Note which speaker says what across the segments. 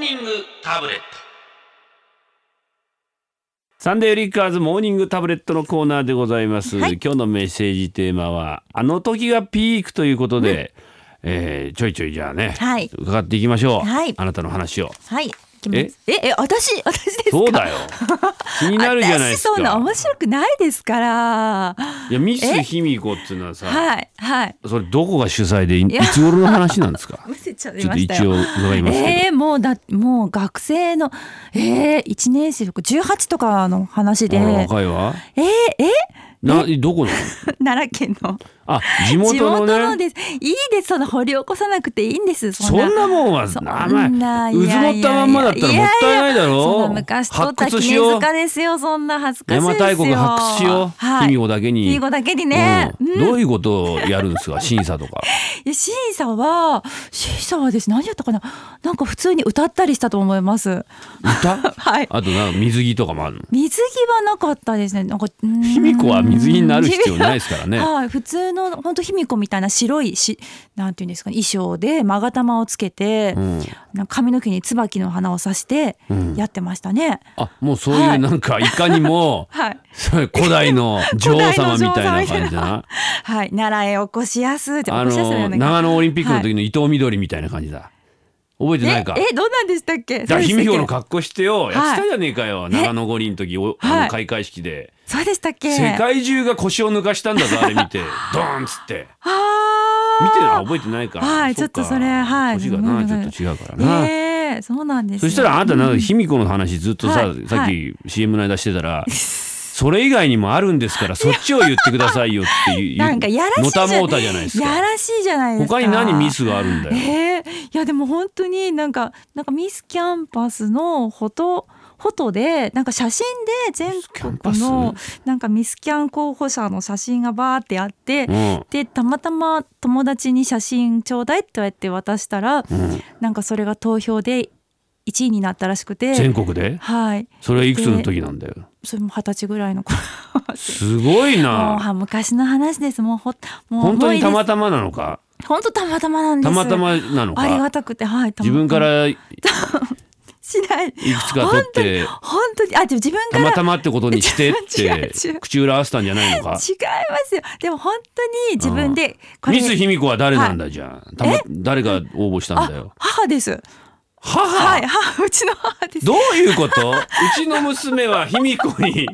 Speaker 1: ニングタブレット
Speaker 2: サンデーリッカーズモーニングタブレットのコーナーでございます、
Speaker 3: はい
Speaker 2: 今日のメッセージテーマはあの時がピークということで、えーちょいちょいじゃあね、
Speaker 3: はい
Speaker 2: 伺っていきましょう、
Speaker 3: はい
Speaker 2: あなたの話を
Speaker 3: はい。決めますええ私私ですか。
Speaker 2: そう だよ気になるじゃないですか
Speaker 3: 私そんな面白くないですから。
Speaker 2: いやミス
Speaker 3: え
Speaker 2: 卑弥呼っていうのはさ、
Speaker 3: はいはい。
Speaker 2: それどこが主催でいい
Speaker 3: や
Speaker 2: つ頃の話なん ですか
Speaker 3: むせちゃい
Speaker 2: ちょっ
Speaker 3: ま
Speaker 2: と
Speaker 3: した
Speaker 2: 一
Speaker 3: よ。
Speaker 2: 応伺いますけど、
Speaker 3: えー、もうだもう学生のえー、1年生とか18とかの話で
Speaker 2: あら
Speaker 3: え
Speaker 2: 若いわ
Speaker 3: ー、え
Speaker 2: などこの
Speaker 3: 奈良県の
Speaker 2: あ地元
Speaker 3: 地
Speaker 2: の
Speaker 3: 元
Speaker 2: ね
Speaker 3: のですいいですその掘り起こさなくていいんです
Speaker 2: そんなもんは
Speaker 3: そん
Speaker 2: 名
Speaker 3: な
Speaker 2: 前うずもったまんまだったらもったいないだ
Speaker 3: そんな
Speaker 2: ろ
Speaker 3: 昔取った
Speaker 2: 発掘
Speaker 3: 記
Speaker 2: し
Speaker 3: 念
Speaker 2: よう
Speaker 3: 塚ですよそんな恥ずかしいです
Speaker 2: 邪馬
Speaker 3: よ
Speaker 2: 台国発掘しよう
Speaker 3: はい
Speaker 2: 卑弥呼だけ
Speaker 3: 卑
Speaker 2: に
Speaker 3: 弥呼だけにね、
Speaker 2: うん
Speaker 3: うん
Speaker 2: どういうことをやるんです か審査とか
Speaker 3: いや審査は審査はですね何やったかななんか普通に歌ったりしたと思います
Speaker 2: 歌
Speaker 3: はい
Speaker 2: あとな水着とかもあるの
Speaker 3: 水着はなかったですねなんか卑
Speaker 2: 卑弥呼は水着になる必要ないですからね
Speaker 3: はい、普通の本当卑弥呼みたいな白いしなんていうんですかね衣装で勾玉をつけて、
Speaker 2: うん
Speaker 3: なんか髪の毛に椿の花を刺して
Speaker 2: うん
Speaker 3: やってましたね、
Speaker 2: あもうそうい
Speaker 3: は
Speaker 2: う
Speaker 3: い
Speaker 2: なんかいかに も
Speaker 3: はい
Speaker 2: それ古代の女王様みたいな感じだな
Speaker 3: はい奈良へ起こしやすって起
Speaker 2: あ
Speaker 3: こしやすいよ
Speaker 2: の
Speaker 3: ね
Speaker 2: 長野オリンピックの時の伊藤みどりみたいな感じだ覚えてないか
Speaker 3: ええどうなんでしたっけ
Speaker 2: だから
Speaker 3: そう
Speaker 2: 卑弥
Speaker 3: でしたっ
Speaker 2: 呼
Speaker 3: け
Speaker 2: の格好してよ、
Speaker 3: い
Speaker 2: やってたじゃねえかよ長野五輪の時おあ
Speaker 3: は
Speaker 2: の
Speaker 3: い
Speaker 2: 開会式で、
Speaker 3: そうでしたっけ
Speaker 2: 世界中が腰を抜かしたんだぞあれ 見てドーンっつって
Speaker 3: あー
Speaker 2: 見てるのは覚えてないか
Speaker 3: はい
Speaker 2: っか
Speaker 3: ちょっとそれはい
Speaker 2: 年がなちょっと違うからな、
Speaker 3: ええそうなんです
Speaker 2: そ
Speaker 3: よ
Speaker 2: したらあなたなんか卑弥呼の話ずっとさ、
Speaker 3: はい
Speaker 2: さっ
Speaker 3: は
Speaker 2: き CM の間してた ら、それ以外にもあるんですからそっちを言ってくださいよっていう
Speaker 3: なんかやらしい
Speaker 2: の
Speaker 3: じゃ
Speaker 2: たもうたじゃないです
Speaker 3: や
Speaker 2: から
Speaker 3: しいじゃないですか
Speaker 2: 他に何ミスがあるんだよ、
Speaker 3: ええいやでも本当になんかなんかミスキャンパスのフォトフォトでなんか写真で全
Speaker 2: ミスキャンパ
Speaker 3: 国
Speaker 2: ス
Speaker 3: のなんかミスキャン候補者の写真がバーってあって、
Speaker 2: うん
Speaker 3: でたまたま友達に写真ちょうだいってやって渡したら、
Speaker 2: うん、
Speaker 3: なんかそれが投票で1位になったらしくて
Speaker 2: 全国で
Speaker 3: はい
Speaker 2: それはいくつの時なんだよ
Speaker 3: それも二十歳ぐらいの頃
Speaker 2: すごい
Speaker 3: もう
Speaker 2: な
Speaker 3: は昔の話ですもうほもう
Speaker 2: 本当にたま
Speaker 3: た
Speaker 2: たまなのか
Speaker 3: ま本当たまたまなんです
Speaker 2: たまたまなの
Speaker 3: あり
Speaker 2: か
Speaker 3: がたくてはいたまたま
Speaker 2: 自分からい
Speaker 3: しない
Speaker 2: くつか取って
Speaker 3: 本当にあでも自分か
Speaker 2: た
Speaker 3: ら
Speaker 2: またまってことにしてっ
Speaker 3: 違う
Speaker 2: て
Speaker 3: 違う
Speaker 2: 口裏合わせたんじゃないのか
Speaker 3: 違いますよでも本当に自分でこれ
Speaker 2: ミス卑弥呼は誰なんだじゃあたま誰が応募したんだよ
Speaker 3: あ母です
Speaker 2: 母、
Speaker 3: はい母うちの母です
Speaker 2: どういうことうちの娘は卑弥呼 に
Speaker 3: ち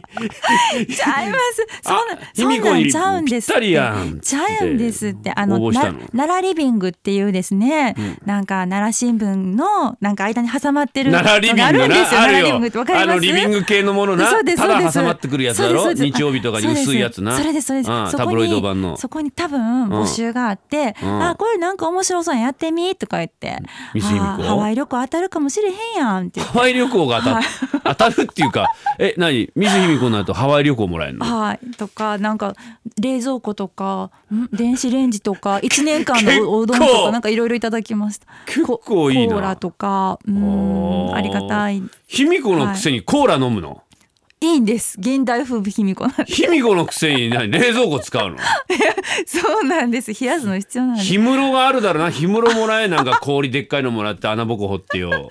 Speaker 3: ゃいますそんな
Speaker 2: あ
Speaker 3: そん
Speaker 2: 卑弥呼
Speaker 3: なん
Speaker 2: に
Speaker 3: ちゃうんです
Speaker 2: ぴったりやん
Speaker 3: ちゃうんですってあの
Speaker 2: 応募したの
Speaker 3: な奈良リビングっていうですね、なんか奈良新聞のなんか間に挟まってる
Speaker 2: 奈良リビング
Speaker 3: のがあるんですよ
Speaker 2: なある
Speaker 3: 奈良
Speaker 2: よ
Speaker 3: リビングってわかります
Speaker 2: あのリビング系のものな
Speaker 3: そうです
Speaker 2: ただ
Speaker 3: そうです
Speaker 2: 挟まってくるやつだろ
Speaker 3: そうですそうです
Speaker 2: 日曜日とかに薄いやつな
Speaker 3: そうですそうです
Speaker 2: うん
Speaker 3: そこ
Speaker 2: タ
Speaker 3: に
Speaker 2: ブロイド版の
Speaker 3: そこに多分募集があって、
Speaker 2: うん
Speaker 3: あこれなんか面白そうやんやってみとか言って、
Speaker 2: ミスユミコ
Speaker 3: あハワイ旅行当たるかもしれへんやんっ て言って
Speaker 2: ハワイ旅行が当た,、当たるっていうかえ何ミス卑弥呼の後ハワイ旅行もらえるの
Speaker 3: はいとかなんか冷蔵庫とかん電子レンジとか1年間のおお
Speaker 2: 結構
Speaker 3: どんとかなんかいろいろいただきました
Speaker 2: 結構
Speaker 3: コ
Speaker 2: いいな
Speaker 3: コーラとかうーん
Speaker 2: おー
Speaker 3: ありがたい
Speaker 2: 卑弥呼のくせにコーラ飲むの、
Speaker 3: いいんです現代風卑弥呼なんで
Speaker 2: 卑弥呼のくせに何冷蔵庫使うの
Speaker 3: そうなんです冷やすの必要なんです
Speaker 2: 氷室があるだろうな氷室もらえなんか氷でっかいのもらって穴ぼこ掘ってよ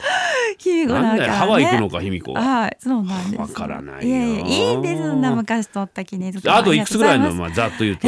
Speaker 3: 卑弥呼
Speaker 2: なん
Speaker 3: だか
Speaker 2: だよ
Speaker 3: ら、ね、
Speaker 2: ハワイ行くのか卑弥呼は
Speaker 3: はいそうなんです
Speaker 2: わからないよ
Speaker 3: いやいやいいんですそんな昔取った記念とか
Speaker 2: あといくつぐらいの
Speaker 3: ありがとうござます
Speaker 2: まあざっと言うと、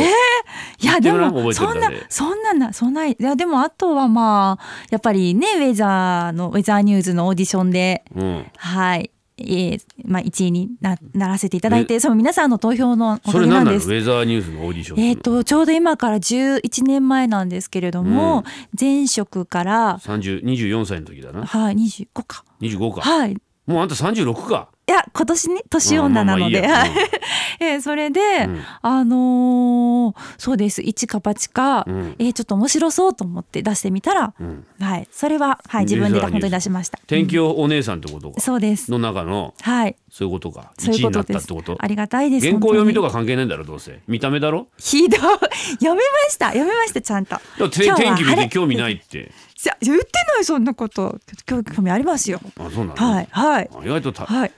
Speaker 3: いやで
Speaker 2: 言ってごら
Speaker 3: も
Speaker 2: ん覚えて
Speaker 3: そん
Speaker 2: るだ
Speaker 3: な
Speaker 2: け
Speaker 3: そんななそんないやでもあとはまあやっぱりねウェザーのウェザーニューズのオーディションで
Speaker 2: うん、
Speaker 3: はい、えーまあ、1位になならせていただいてその皆さんの投票のお
Speaker 2: そ
Speaker 3: か
Speaker 2: れ
Speaker 3: げな
Speaker 2: 何
Speaker 3: ん
Speaker 2: なのウ
Speaker 3: です。
Speaker 2: ェザーニュースのオーディションってい
Speaker 3: え
Speaker 2: う
Speaker 3: ー、とちょうど今から11年前なんですけれど
Speaker 2: う
Speaker 3: も、
Speaker 2: ん
Speaker 3: 前職から、
Speaker 2: のは24歳の時だな
Speaker 3: はい、25か
Speaker 2: 25か
Speaker 3: はいい
Speaker 2: もうあんた36か
Speaker 3: や今年ね年女なので、
Speaker 2: うんまあまあいいや
Speaker 3: はい えーそれで、
Speaker 2: うん
Speaker 3: あのーそうです一か八か、
Speaker 2: うん
Speaker 3: えーちょっと面白そうと思って出してみたら、
Speaker 2: うんうん
Speaker 3: はい、それは、はい、自分で本当に出しました。
Speaker 2: 天気予報お姉さんってことか
Speaker 3: そうです
Speaker 2: の中の
Speaker 3: はい
Speaker 2: そういうことか
Speaker 3: そうい
Speaker 2: 1位
Speaker 3: うこ
Speaker 2: にな
Speaker 3: と
Speaker 2: った
Speaker 3: で
Speaker 2: っ
Speaker 3: す
Speaker 2: てこと
Speaker 3: ありがたいです
Speaker 2: 原稿
Speaker 3: 本当
Speaker 2: 読
Speaker 3: に
Speaker 2: みとか関係ないんだろどうせ見た目だろ
Speaker 3: ひどい 読めました読めましたちゃんと
Speaker 2: だって
Speaker 3: 今日は
Speaker 2: 天気見
Speaker 3: 晴
Speaker 2: て
Speaker 3: れ
Speaker 2: 興味ないって
Speaker 3: いや言ってないそんなこと興味ありますよ
Speaker 2: あそうなの、
Speaker 3: はいはい
Speaker 2: 意外とた
Speaker 3: はい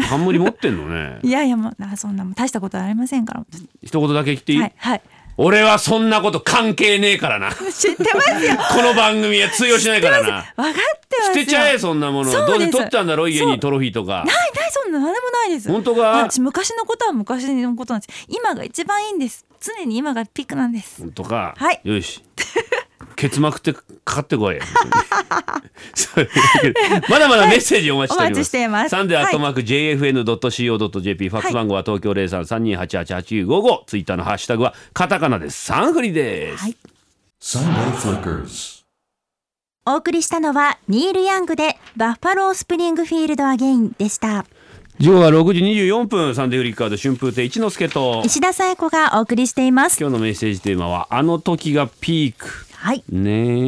Speaker 2: 冠持ってんのね
Speaker 3: いやいやもうなそんなもん大したことありませんから
Speaker 2: 一言だけ言っていい、
Speaker 3: はいはい
Speaker 2: 俺はそんなこと関係ねえからなこ
Speaker 3: 知ってますよ。
Speaker 2: の番組は通用しない からな
Speaker 3: 分かってます
Speaker 2: 捨
Speaker 3: よ。
Speaker 2: てちゃえそんなもの
Speaker 3: そう
Speaker 2: どうせ
Speaker 3: です
Speaker 2: 取ったんだろう家
Speaker 3: そ
Speaker 2: に
Speaker 3: う
Speaker 2: トロフィーとか
Speaker 3: ないないそんな何でもないです。
Speaker 2: 本当か
Speaker 3: 私昔のことは昔のことなんです。今が一番いいんです。常に今がピークなんです。
Speaker 2: とか、
Speaker 3: はい
Speaker 2: よ し結膜ってかかってこい そういうわけでまだまだメッセージお待ちしております、
Speaker 3: お待ちしています
Speaker 2: サンデーア
Speaker 3: はい
Speaker 2: ットマーク JFN.CO.JP ファックス番号は東京0332888955ツイッターのハッシュタグはカタカナでサンフリです、
Speaker 3: はい。
Speaker 1: Sunday Flickers.
Speaker 4: お送りしたのはニール・ヤングでバッファロー・スプリングフィールド・アゲインでした
Speaker 2: 時刻は6時24分サンデーフリッカード春風亭一之輔と
Speaker 4: 石田紗友子がお送りしています
Speaker 2: 今日のメッセージテーマはあの時がピーク
Speaker 4: はい
Speaker 2: ねえ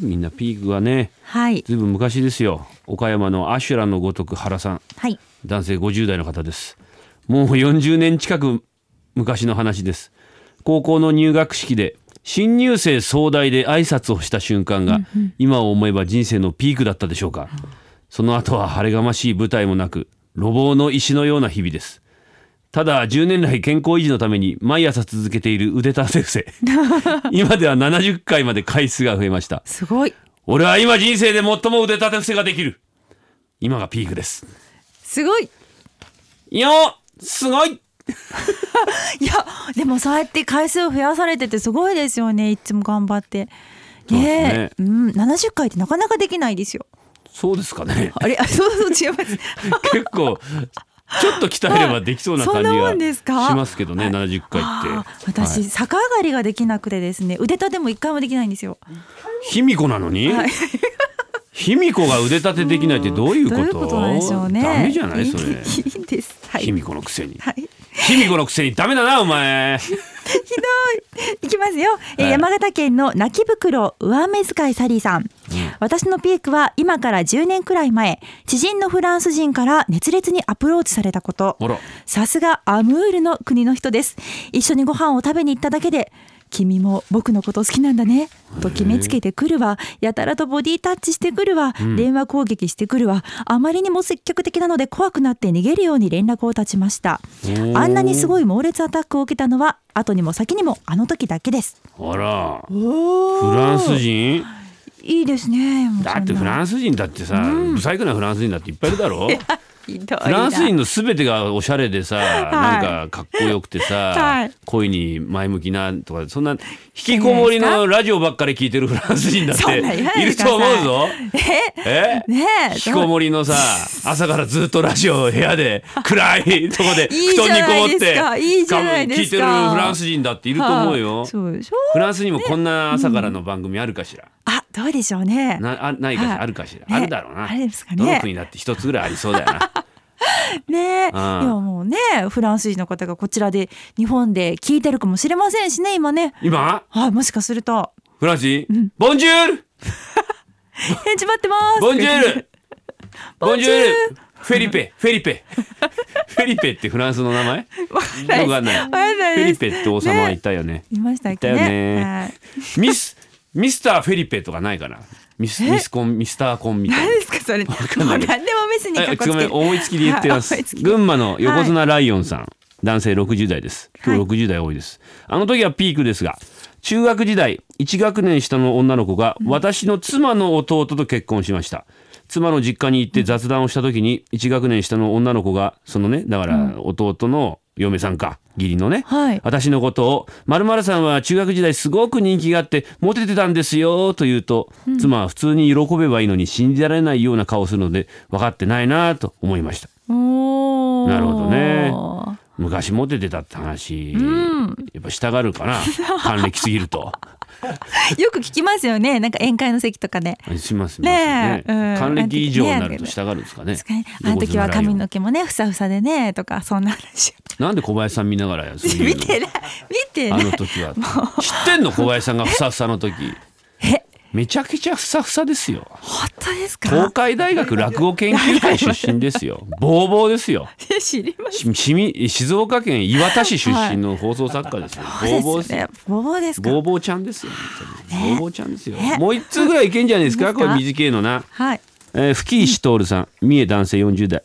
Speaker 2: みんなピークがね
Speaker 3: はい。
Speaker 2: ずいぶん昔ですよ岡山のアシュラのごとく原さん
Speaker 4: はい
Speaker 2: 男性50代の方ですもう40年近く昔の話です高校の入学式で新入生総代で挨拶をした瞬間が、今を思えば人生のピークだったでしょうか、その後は晴れがましい舞台もなく路傍の石のような日々ですただ10年来健康維持のために毎朝続けている腕立て伏せ今では70回まで回数が増えました
Speaker 3: すごい。
Speaker 2: 俺は今人生で最も腕立て伏せができる今がピークです
Speaker 3: すごい。
Speaker 2: いやすごい
Speaker 3: いやでもそうやって回数を増やされててすごいですよね。いつも頑張って。
Speaker 2: そうですね
Speaker 3: ねえ、うん、70回ってなかなかできないですよ。
Speaker 2: そうですかね
Speaker 3: あれ、あ、そうそう違います。
Speaker 2: 結構ちょっと鍛えればできそうな感じ
Speaker 3: そんなもん
Speaker 2: が
Speaker 3: です
Speaker 2: し
Speaker 3: か
Speaker 2: ますけどね、70回
Speaker 3: あ
Speaker 2: っ
Speaker 3: ー
Speaker 2: て
Speaker 3: 私、
Speaker 2: はい
Speaker 3: 逆上がりができなくてですね、腕立ても一回もできないんですよ。
Speaker 2: 卑弥呼なのに、
Speaker 3: はい
Speaker 2: 卑弥呼が腕立てできないってどういう
Speaker 3: ど
Speaker 2: こ
Speaker 3: う
Speaker 2: と
Speaker 3: いうことなんでしょうね。
Speaker 2: ダメじゃないそ
Speaker 3: いい
Speaker 2: れ
Speaker 3: いいんです。 はい。
Speaker 2: 卑弥呼のくせに
Speaker 3: はい。
Speaker 2: 卑弥呼のくせにダメだなお前
Speaker 3: ひど い。いきますよ。えー
Speaker 2: はい
Speaker 4: 山形県の泣き袋上目遣いサリーさん、私のピークは今から10年くらい前知人のフランス人から熱烈にアプローチされたこと
Speaker 2: ほら
Speaker 4: さすがアムールの国の人です一緒にご飯を食べに行っただけで君も僕のこと好きなんだねと決めつけてくるわやたらとボディタッチしてくるわ、電話攻撃してくるわあまりにも積極的なので怖くなって逃げるように連絡を絶ちました
Speaker 2: ー
Speaker 4: あんなにすごい猛烈アタックを受けたのは後にも先にもあの時だけです
Speaker 2: ほら
Speaker 3: お
Speaker 2: フランス人
Speaker 3: いいですね。
Speaker 2: だってフ
Speaker 3: ン
Speaker 2: ランス人だってさ、ブサイクなフランス人だっていっぱいいるだろ
Speaker 3: ひどいな
Speaker 2: フランス人のすべてがおしゃれでさ、なんかかっこよくてさ、
Speaker 3: はい
Speaker 2: 恋に前向きなとかそんな引きこもりのラジオばっかり聞いてるフランス人だっ
Speaker 3: そんな言わな
Speaker 2: てい
Speaker 3: いで
Speaker 2: る
Speaker 3: くださ
Speaker 2: と
Speaker 3: い
Speaker 2: 思うぞ。え
Speaker 3: ねえ
Speaker 2: 引きこもりのさ朝からずっとラジオを部屋 で暗いとこで
Speaker 3: いい
Speaker 2: 布
Speaker 3: じゃ
Speaker 2: 団にこ
Speaker 3: な
Speaker 2: も
Speaker 3: い
Speaker 2: っ
Speaker 3: です
Speaker 2: て
Speaker 3: かいいじゃないですか
Speaker 2: 聞いてるフランス人だっていると思うよ
Speaker 3: はあ。そうでしょ
Speaker 2: フランスにもこんな朝からの番組あるかしら、
Speaker 3: あ、どうでしょうね。
Speaker 2: なあないかしら、
Speaker 3: はい
Speaker 2: あるかしら、
Speaker 3: ね
Speaker 2: あるだろうな
Speaker 3: あれですかね
Speaker 2: どの国だって一つぐらいありそうだよな。
Speaker 3: ねえ、い
Speaker 2: あ
Speaker 3: やもうね、フランス人の方がこちらで日本で聞いてるかもしれませんしね、今ね。
Speaker 2: 今
Speaker 3: はい、もしかすると、
Speaker 2: フランス人、ボンジュール
Speaker 3: 返事待ってます。
Speaker 2: ボンジュールボ
Speaker 3: ボ
Speaker 2: ン
Speaker 3: ン
Speaker 2: ジ
Speaker 3: ジ
Speaker 2: ュ
Speaker 3: ュ
Speaker 2: ー
Speaker 3: ール
Speaker 2: ルフェリペフェリペフェリペってフランスの名前わかんない
Speaker 3: わかんない
Speaker 2: フェ
Speaker 3: で
Speaker 2: リ
Speaker 3: す
Speaker 2: ペって王様いたよね
Speaker 3: いましたっけ
Speaker 2: いたよね
Speaker 3: ね。はい
Speaker 2: ミスミスターフェリペとかないかなミスミスコンミスターコンみたい
Speaker 3: 何
Speaker 2: な
Speaker 3: ですかそれ。も
Speaker 2: かんないう
Speaker 3: 何でもミスに
Speaker 2: あ
Speaker 3: かこつけ
Speaker 2: ごめん思いつきで言ってます
Speaker 3: はい 思いつきで
Speaker 2: 群馬の横綱ライオンさん、男性60代です今日60代多いです、あの時はピークですが中学時代1学年下の女の子が私の妻の弟と結婚しました、妻の実家に行って雑談をした時に1学年下の女の子がそのねだから弟の嫁さんか義理のね、
Speaker 3: はい
Speaker 2: 私のことを「まるさんは中学時代すごく人気があってモテてたんですよ」と言うと、妻は普通に喜べばいいのに信じられないような顔をするので分かってないなぁと思いました
Speaker 3: おー
Speaker 2: なるほどね昔モテてたって話、やっぱしたがる かな還暦すぎると
Speaker 3: よく聞きますよね。なんか宴会の席とかで。
Speaker 2: しますね
Speaker 3: ねえうん
Speaker 2: 還暦以上になるとしたがるんですかね
Speaker 3: 確かにあの時は髪の毛もねふさふさでねとかそんな話を
Speaker 2: なんで小林さん見ながらそういうの
Speaker 3: 見てない見て
Speaker 2: あ
Speaker 3: ない
Speaker 2: の時 は知ってんの小林さんがふさふさの時
Speaker 3: え
Speaker 2: めちゃくちゃふさふさですよ
Speaker 3: 本当です
Speaker 2: 東
Speaker 3: か
Speaker 2: 海大学落語研究会出身です よ。ボーボーですよ。
Speaker 3: 知りません
Speaker 2: ししみ静岡県磐田市出身の放送作家ですよ。ボーボー
Speaker 3: そう
Speaker 2: です
Speaker 3: で
Speaker 2: よ
Speaker 3: すね。ボボですか
Speaker 2: ボーボーちゃんですよ。本当にボーボーちゃんですよ
Speaker 3: ね。
Speaker 2: もう一通ぐらいいけんじゃないですか。
Speaker 3: いいです
Speaker 2: こ
Speaker 3: か
Speaker 2: れ短いのな。
Speaker 3: はい
Speaker 2: えー、吹石徹さん、三重男性40代。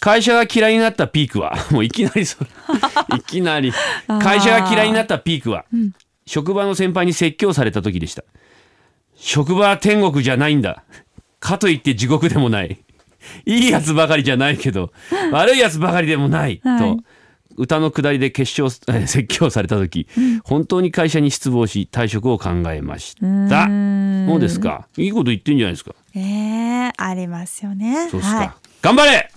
Speaker 2: 会社が嫌いになったピークは、もういきなりそれ。 いきなり会社が嫌いになったピークは、職場の先輩に説教された時でした職場は天国じゃないんだかといって地獄でもないいいやつばかりじゃないけ ど悪いやつばかりでもない、
Speaker 5: はい
Speaker 2: と歌の下りで決勝 説教された時、本当に会社に失望し退職を考えましたそうですかいいこと言ってんじゃないですか
Speaker 3: ええありますよね。
Speaker 2: そうっすか、
Speaker 3: はい。
Speaker 2: 頑張れ、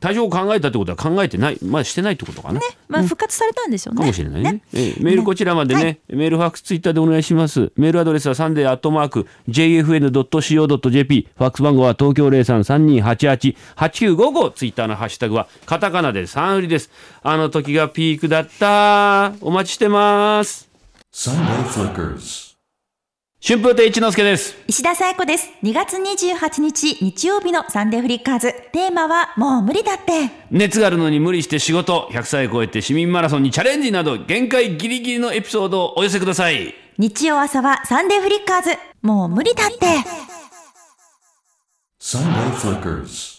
Speaker 2: 退職を考えたってことは考えてないまあしてないってことかな、
Speaker 3: まあ復活されたんでしょうね。
Speaker 2: かもしれないね。ええメールこちらまでね、メールファックスツイッターでお願いします。メールアドレスはサンデーアットマーク jfn.co.jp、ファックス番号は東京零三三二八八八九五五ツイッターのハッシュタグはカタカナでサンフリです。あの時がピークだった。お待ちしてます。
Speaker 1: Sunday Flickers.
Speaker 2: 春風亭一之輔です。
Speaker 3: 石田紗友子です。2月28日日曜日のサンデーフリッカーズ。テーマはもう無理だって。
Speaker 2: 熱があるのに無理して仕事、100歳超えて市民マラソンにチャレンジなど限界ギリギリのエピソードをお寄せください。
Speaker 3: 日曜朝はサンデーフリッカーズ。もう無理だって。
Speaker 1: Sunday Flickers.